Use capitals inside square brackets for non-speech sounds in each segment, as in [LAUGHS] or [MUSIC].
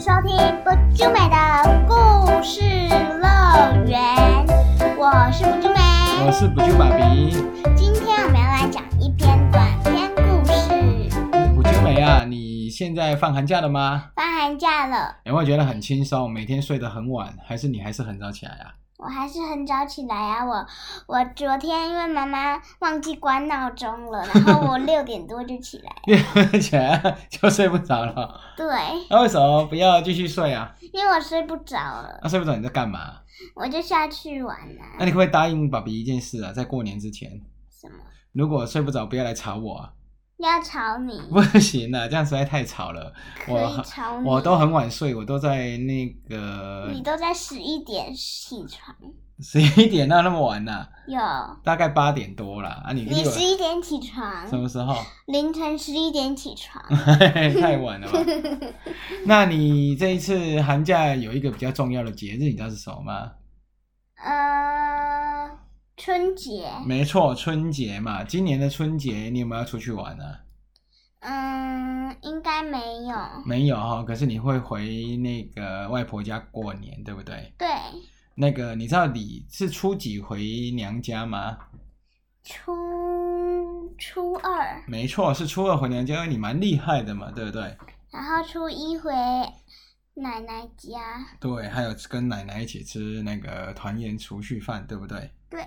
收听不就美的故事乐园，我是不就我美。呃是不救爸比，今天我们要来讲一篇短篇故事。不救美啊！你现在放寒假了吗？放寒假了，有没有觉得很轻松？每天睡得很晚，还是你还是很早起来啊？ [LAUGHS] 我还是很早起来啊。我我昨天因为妈妈忘记关闹钟了，然后我 [LAUGHS] 六点多就起来。六起来就睡不着了，对，那为什么不要继续睡啊？因为我睡不着了，那、睡不着你在干嘛？我就下去玩啦、那你可不可以答应爸比一件事啊？在过年之前，什么？如果睡不着，不要来吵我啊！ [LAUGHS] 要吵你？不行啊，这样实在太吵了。可以我吵你？我都很晚睡，我都在那个你都在十一点起床。十一点那那么晚呐、有。大概八点多啦。啊你，你有十一点起什床，么时候？凌晨十一点起床。 [LAUGHS] 太晚了吧？那你这一次寒假有一个比较重要的节日，你知道是什么吗？呃，春节，没错，春节嘛。今年的春节你有没有出去玩啊？嗯，应该没有。没有哈、哦，可是你会回那个外婆家过年，对不对？对，那个你知道你是初几回娘家吗？初初二，没错，是初二回娘家，因为你蛮厉害的嘛，对不对？然后初一回奶奶家。对，还有跟奶奶一起吃那个团圆储蓄饭，对不对？对，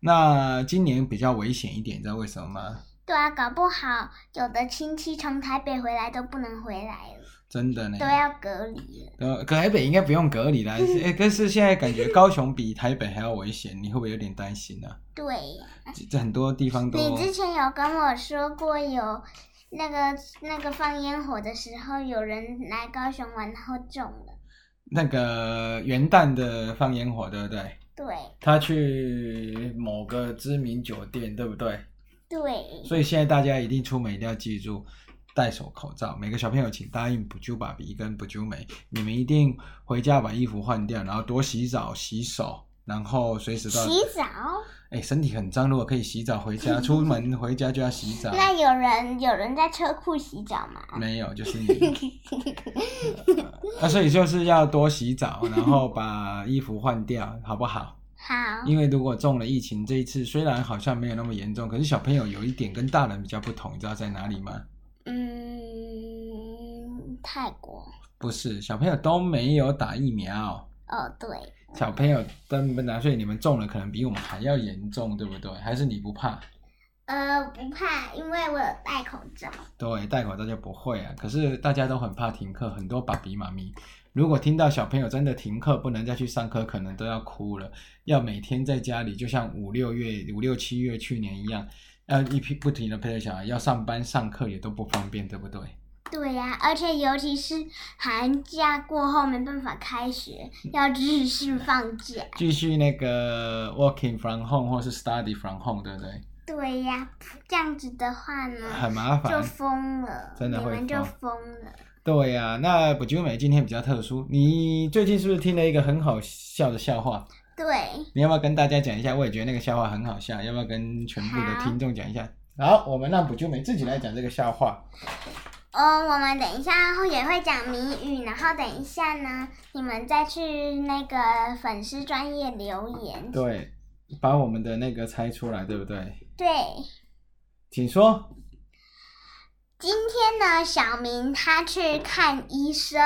那今年比较危险一点，你知道为什么吗？对啊，搞不好有的亲戚从台北回来都不能回来了，真的呢，都要隔离了。呃，台北应该不用隔离啦，诶可是现在感觉高雄比台北还要危险，你会不会有点担心呢、对呀，这这很多地方都你之前有跟我说过有。那个那个放烟火的时候，有人来高雄玩，然后中了。那个元旦的放烟火，对不对？对他去某个知名酒店，对不对？对，所以现在大家一定出门一定要记住戴手口罩。每个小朋友请答应不揪爸比跟不揪美，你们一定回家把衣服换掉，然后多洗澡、洗手，然后随时到洗澡。哎、身体很脏，如果可以洗澡回家，出门回家就要洗 [LAUGHS] 澡。那有人有人在车库洗澡吗？没有，就是你啊，所以就是要多洗澡，然后把衣服换掉，好不好？好，因为如果中了疫情，这一次虽然好像没有那么严重，可是小朋友有一点跟大人比较不同，你知道在哪里吗？嗯，泰国。不是，小朋友都没有打疫苗，哦，对，小朋友都没打，所以你们中了可能比我们还要严重，对不对？还是你不怕？呃，不怕，因为我有戴口罩。对，戴口罩就不会啊。可是大家都很怕停课，很多爸比妈咪如果听到小朋友真的停课不能再去上课，可能都要哭了。要每天在家里，就像五六月、五六七月去年一样，要一批不停的陪着小孩，要上班上课也都不方便，对不对？对呀、而且尤其是寒假过后没办法开学，要日式放假。继续那个 working from home 或是 study from home，对不对？对呀、这样子的话呢，很麻嗯烦。就疯了，真的你会们就疯疯了。对呀、那补救美今天比较特殊，你最近是不是听了一个很好笑的笑话？对，你要不要跟大家讲一下？我也觉得那个笑话很好笑，要不要跟全部的好听众讲一下？好，我们让补救美自己来讲这个笑话。哦，我们等一下会也会讲谜语，然后等一下呢，你们再去那个粉丝专业留言。对，把我们的那个猜出来，对不对？对，请说。今天呢，小明他去看医生，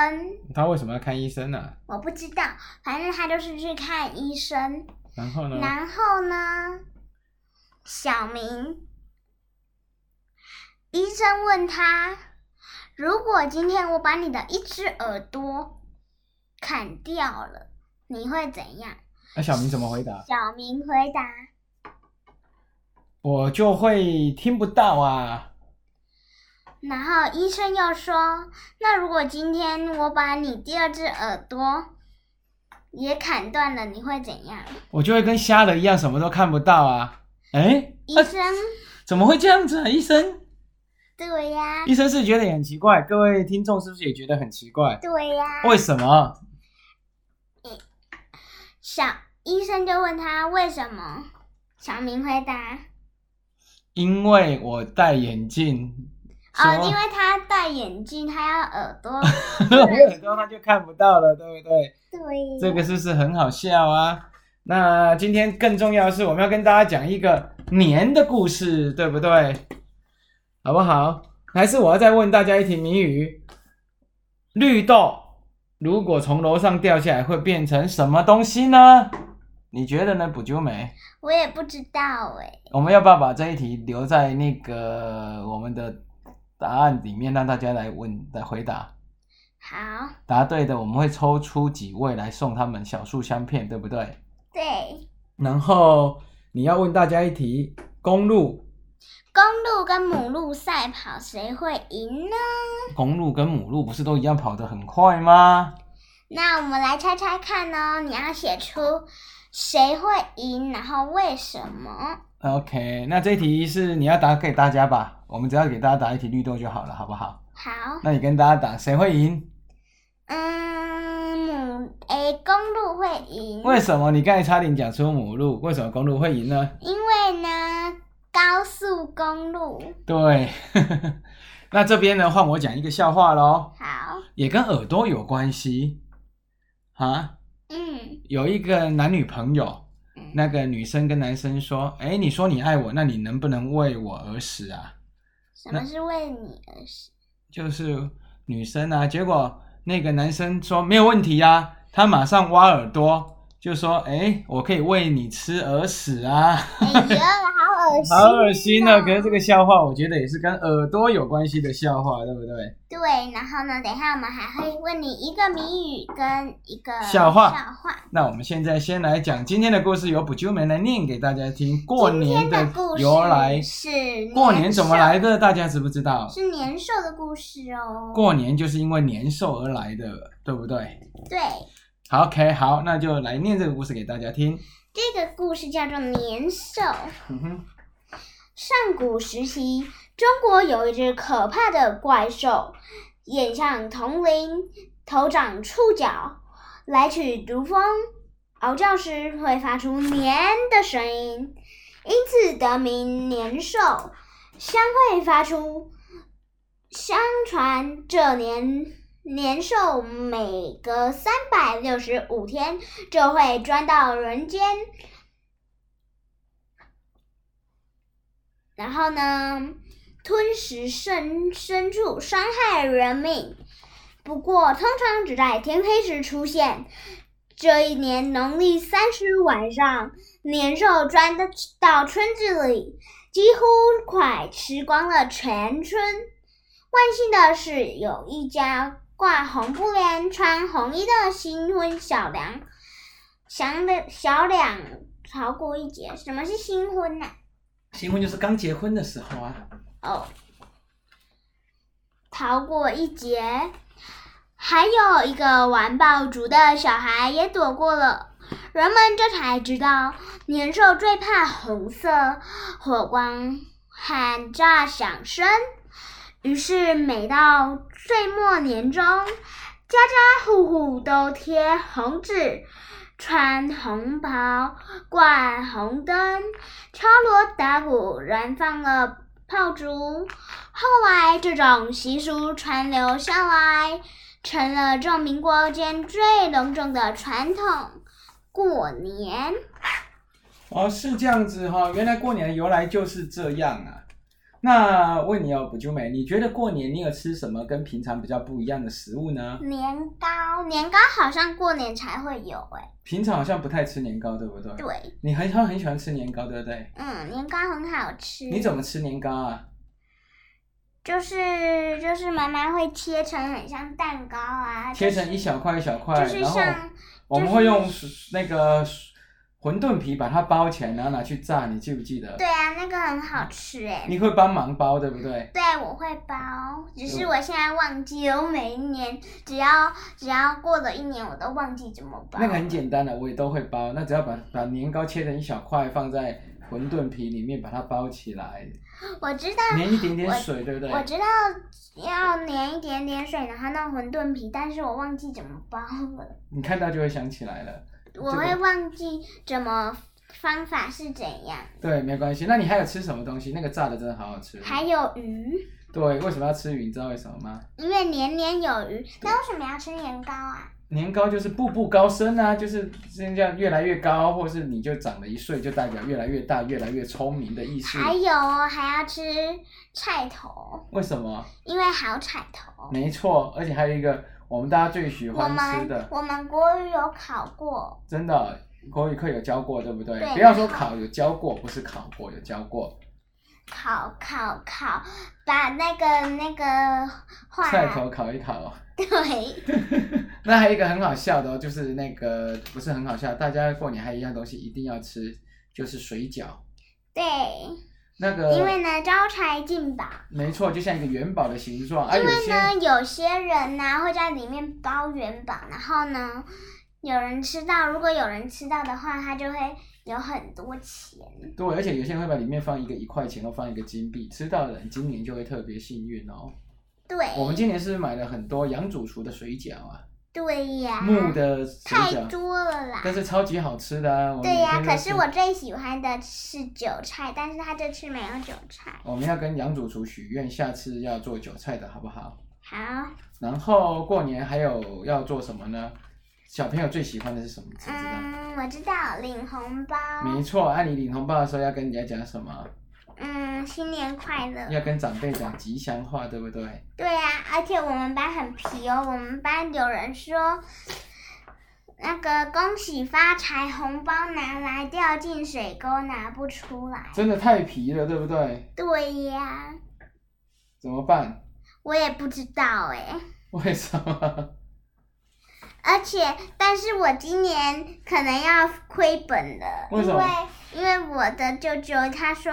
他为什么要看医生呢、啊？我不知道，反正他就是去看医生。然后呢？然后呢，小明，医生问他，如果今天我把你的一只耳朵砍掉了，你会怎样？那、啊小明怎么回答？小明回答：“我就会听不到啊。然后医生又说：“那如果今天我把你第二只耳朵也砍断了，你会怎样我就会跟瞎了一样，什么都看不到啊。哎，？”医啊生，怎么会这样子啊？医生，对呀，医生是觉得也很奇怪，各位听众是不是也觉得很奇怪？对呀。为什么？小医生就问他为什么，小明回答因为我戴眼镜，哦，什么因为他戴眼镜，他要耳 [LAUGHS] 朵。没有很多他就看不到了，对不对？对，这个是不是很好笑啊？那今天更重要的是，我们要跟大家讲一个年的故事，对不对？好不好？还是我要再问大家一题谜语：绿豆如果从楼上掉下来，会变成什么东西呢？你觉得呢，补救美？我也不知道哎。我们要不要把这一题留在那个我们的答案里面，让大家来问来回答？好，答对的，我们会抽出几位来送他们小树香片，对不对？对，然后你要问大家一题：公鹿、公鹿跟母鹿赛跑，谁会赢呢？公鹿跟母鹿不是都一样跑得很快吗？那我们来猜猜看哦，你要写出谁会赢，然后为什么？ OK，那这一题是你要答给大家吧，我们只要给大家答一题绿豆就好了，好不好？好，那你跟大家打谁会赢？嗯，母诶，公鹿会赢，为什么你刚才差点讲出母鹿？为什么公鹿会赢呢？因为呢，高速公路对， [LAUGHS] 那这边呢换我讲一个笑话喽，好，也跟耳朵有关系啊。嗯有一个男女朋友，嗯那个女生跟男生说：“哎，你说你爱我，那你能不能为我而死啊什么是为你而生？？”就是女生啊，结果那个男生说没有问题呀、啊，他马上挖耳朵，就说：“哎，我可以为你吃而死啊！”哎呀，好恶心！啊好恶心哦！可是这个笑话，我觉得也是跟耳朵有关系的笑话，对不对？对，然后呢，等一下我们还会问你一个谜语跟一个笑话笑话。那我们现在先来讲今天的故事，由补救们来念给大家听。过今年天的故事由来，是过年怎么兽？来的？大家知不知道？是年兽的故事哦。过年就是因为年兽而来的，对不对？对，好，OK，好，那就来念这个故事给大家听。这个故事叫做年兽。嗯哼，上古时期，中国有一只可怕的怪兽，眼像铜铃，头长触角，来去如风，嗷叫时会发出“年”的声音，因此得名年兽。相会发出，相传这年年兽每隔三百六十五天就会钻到人间。然后呢，吞食牲牲畜，伤害人命。不过，通常只在天黑时出现。这一年农历三十晚上，年兽钻的到村子里，几乎快吃光了全村。万幸的是，有一家挂红布帘、穿红衣的新婚小娘，小两小两逃过一劫。什么是新婚呐、新婚就是刚结婚的时候啊。哦，逃过一劫。还有一个玩爆竹的小孩也躲过了。人们这才知道，年兽最怕红色、火光和炸响声。于是，每到岁末年终，家家户户都贴红纸、穿红袍、挂红灯、敲锣打鼓，燃放了炮竹。后来，这种习俗传流下来，成了众民国间最隆重的传统。过年，哦，是这样子哈、原来过年的由来就是这样啊。那问你哦，卜九美，你觉得过年你有吃什么跟平常比较不一样的食物呢？年糕，年糕好像过年才会有哎、平常好像不太吃年糕，对不对？对，你很很很喜欢吃年糕，对不对？嗯，年糕很好吃。你怎么吃年糕啊？就是就是妈妈会切成很像蛋糕啊，切就是成一小块一小块，就是然后像我们就是会用那个馄饨皮把它包起来，然后拿去炸，你记不记得？对啊，那个很好吃哎、你会帮忙包，对不对？对，我会包，只是嗯我现在忘记了。我每一年只要只要过了一年，我都忘记怎么包。那个很简单的，我也都会包。那只要把把年糕切成一小块，放在馄饨皮里面，把它包起来，我知道，粘一点点水，对不对？啊我知道要粘一点点水，然后弄馄饨皮，但是我忘记怎么包了，你看到就会想起来了。我这个会忘记怎么方法是怎样。嗯对，没关系。那你还有吃什么东西？那个炸的真的好好吃。还有鱼，对，为什么要吃鱼？你知道为什么吗？因为年年有余。那为什么要吃年糕啊？年糕就是步步高升啊，就是现在越来越高，或是你就长了一岁，就代表越来越大、越来越聪明的意思。还有哦还要吃菜头，为什么？因为好彩头。没错，而且还有一个我们大家最喜我欢嗯吃们的，我们国语有考过，真的国语课有教过，对不对？对不要说考有教过，不是考过有教过。考考考，把那个那个画菜头考一考。 [LAUGHS] 对，那还有一个很好笑的哦，就是那个不是很好笑，大家过年还有一样东西一定要吃，就是水饺。对，那个因为呢招财进宝。没错，就像一个元宝的形状啊，因有为些呢，有些人呢、会在里面包元宝，然后呢，有人吃到，如果有人吃到的话，他就会有很多钱。对，而且有些人会把里面放一个一块钱或放一个金币，吃到的人今年就会特别幸运哦。对，我们今年是买了很多杨主厨的水饺啊，对呀，木的水太饺，多了啦。但是超级好吃的啊。我们对每呀、天都可吃是我最喜欢的是韭菜，但是他这次没有韭菜。我们要跟杨主厨许愿，下次要做韭菜的好不好？好，然后过年还有要做什么呢？小朋友最喜欢的是什么？你知不知道？嗯，我知道，领红包，没错，按、你领红包的时候要跟人家讲什么？嗯，新年快乐。要跟长辈讲吉祥话，对不对？对呀、而且我们班很皮哦，我们班有人说，那个恭喜发财，红包拿来掉进水沟拿不出来。真的太皮了，对不对？对呀、怎么办？ [LAUGHS] 我也不知道哎。为什么？而且，但是我今年可能要亏本了，为什因么为因为我的舅舅他说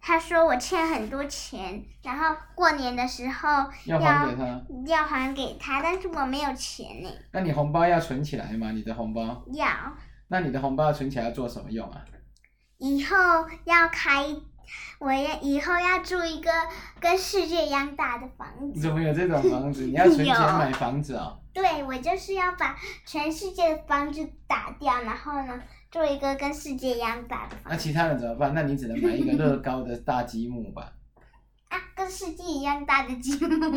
他说我欠很多钱，然后过年的时候要还给他？要还给他，但是我没有钱呢。那你红包要存起来吗？你的红包？要那你的红包存起来要做什么用啊？以后要开，我要以后要住一个跟世界一样大的房你子。怎么有这种房子？你要 [LAUGHS] 存钱买房子啊、对，我就是要把全世界的房子打掉，然后呢，做一个跟世界一样大的那房子其他人怎么办？那你只能买一个乐高的大积木吧。啊，跟世界一样大的积木。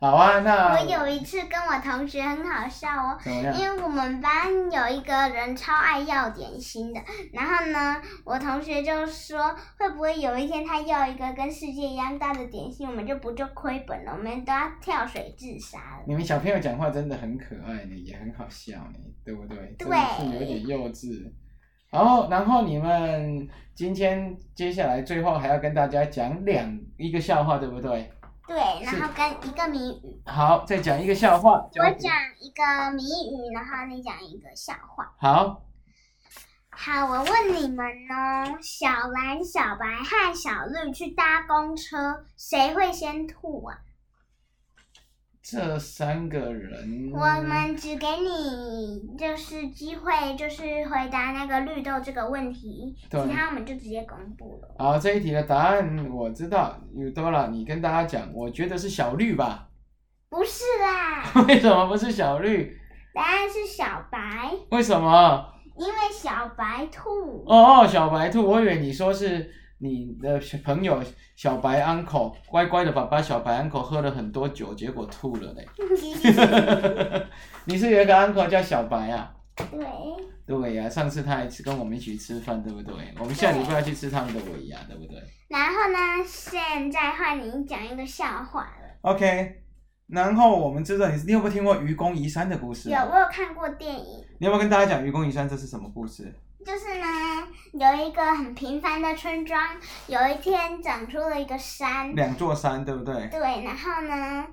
好啊，那我有一次跟我同学很好笑哦，怎么样？因为我们班有一个人超爱要点心的，然后呢，我同学就说，会不会有一天他要一个跟世界一样大的点心，我们就不就亏本了，我们都要跳水自杀了。你们小朋友讲话真的很可爱呢，也很好笑呢，对不对？对真的是有点幼稚。然后，然后你们今天接下来最后还要跟大家讲两一个笑话，对不对？对，然后跟一个谜语，好，再讲一个笑话。我讲一个谜语，然后你讲一个笑话。好，好，我问你们哦，小蓝、小白和小绿去搭公车，谁会先吐啊？这三个人，我们只给你就是机会，就是回答那个绿豆这个问题，其对他我们就直接公布了。好这一题的答案我知道，有多了，你跟大家讲，我觉得是小绿吧？ [LAUGHS] 不是啦，为什么不是小绿？答案是小白，为什么？因为小白兔。 [LAUGHS] [LAUGHS] 哦，小白兔，我以为你说是你的朋友小白 uncle 乖乖的爸爸小白 uncle 喝了很多酒，结果吐了嘞。 [LAUGHS] 你是有一个 uncle 叫小白啊？对，对呀、上次他还跟我们一起吃饭，对不对？我们下礼拜要去吃他们的尾牙，对不对然后呢，现在换你讲一个笑话了。 ？OK，然后我们知道你，你有没有听过愚公移山的故事？啊有，我有看过电影，你有没有跟大家讲愚公移山这是什么故事？就是呢，有一个很平凡的村庄，有一天长出了一个山，两座山，对不对？对，然后呢，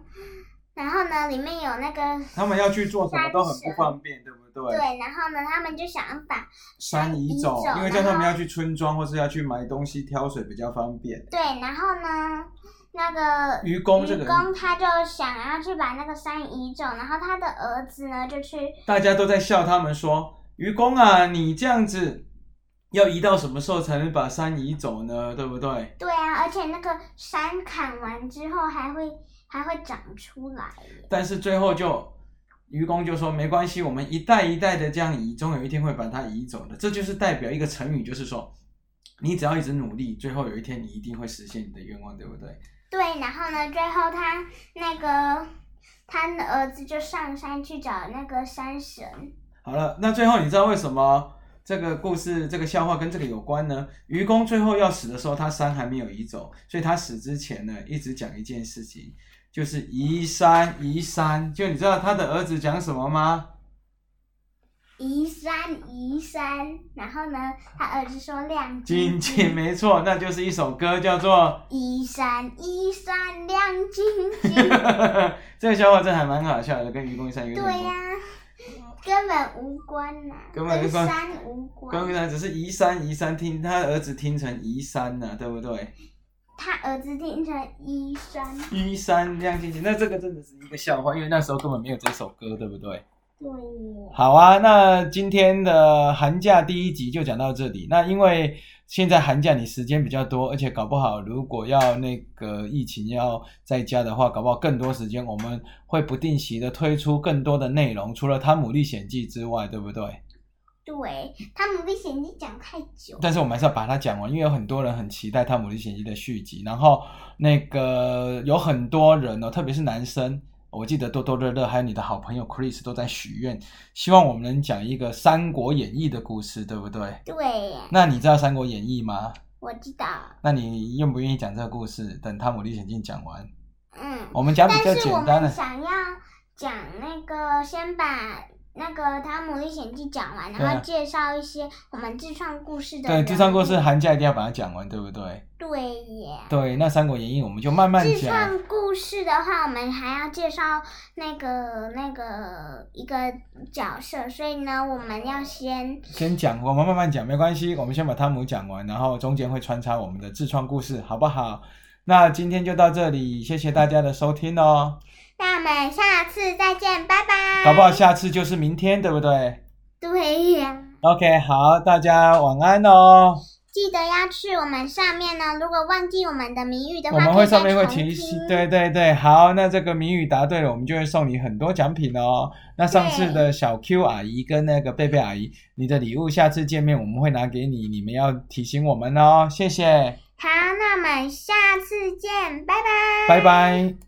然后呢，里面有那个他们要去做什么都很不方便，对不对？对，然后呢，他们就想把山移走移走，因为这样他然们后要去村庄或是要去买东西挑水比较方便。对，然后呢，那个愚公这个愚人公他就想要去把那个山移走，然后他的儿子呢就去大家都在笑他们说：“愚公啊，你这样子要移到什么时候才能把山移走呢？对不对对啊，而且那个山砍完之后还会还会长出来耶，？”但是最后就愚公就说：“没关系，我们一代一代的这样移，终有一天会把它移走的。”这就是代表一个成语，就是说你只要一直努力，最后有一天你一定会实现你的愿望，对不对？对，然后呢，最后他那个他的儿子就上山去找那个山神。好了，那最后你知道为什么这个故事、这个笑话跟这个有关呢？愚公最后要死的时候，他山还没有移走，所以他死之前呢，一直讲一件事情，就是移山，移山。就你知道他的儿子讲什么吗？移山移山，然后呢，他儿子说亮金晶靖，没错，那就是一首歌，叫做 [LAUGHS] 一闪一闪亮晶晶。这个笑话，真还蛮好笑的，跟愚公移山有点对关。呀、根本无关呐、根本跟无关山无关于关。他只是移山，移山听他儿子听成移山呢、对不对？他儿子听成一山，移山亮晶晶，那这个真的是一个笑话，因为那时候根本没有这首歌，对不对？对耶，好啊，那今天的寒假第一集就讲到这里。那因为现在寒假你时间比较多，而且搞不好如果要那个疫情要在家的话，搞不好更多时间，我们会不定期的推出更多的内容，除了《汤姆历险记》之外，对不对？对，他们历险记讲太久，但是我们还是要把它讲完，因为有很多人很期待《汤姆历险记》的续集。然后那个有很多人哦，特别是男生，我记得多多乐乐还有你的好朋友 Chris 都在许愿，希望我们能讲一个《三国演义》的故事，对不对？对耶，那你知道《三国演义》吗？我知道，那你愿不愿意讲这个故事？等《汤姆历险记》讲完，嗯，我们讲比较但是我简单们的。想要讲那个，先把那个《汤姆历险记》讲完，对啊然后介绍一些我们自创故事的对，人智商故物事寒假一定要把它讲完，对不对？对耶。对，那《三国演义》我们就慢慢自讲。创故事的话，我们还要介绍那个那个一个角色，所以呢，我们要先先讲，我们慢慢讲，没关系。我们先把汤姆讲完，然后中间会穿插我们的自创故事，好不好？那今天就到这里，谢谢大家的收听哦。那我们下次再见，拜拜。搞不好下次就是明天，对不对对呀、 ？OK，好，大家晚安哦。记得要去我们上面呢。如果忘记我们的谜语的话，我们可以会再上面会重提听醒，对对对，好，那这个谜语答对了，我们就会送你很多奖品哦。那上次的小 Q 阿姨跟那个贝贝阿姨，你的礼物下次见面我们会拿给你，你们要提醒我们哦，谢谢，好，那我们下次见，拜拜。拜拜。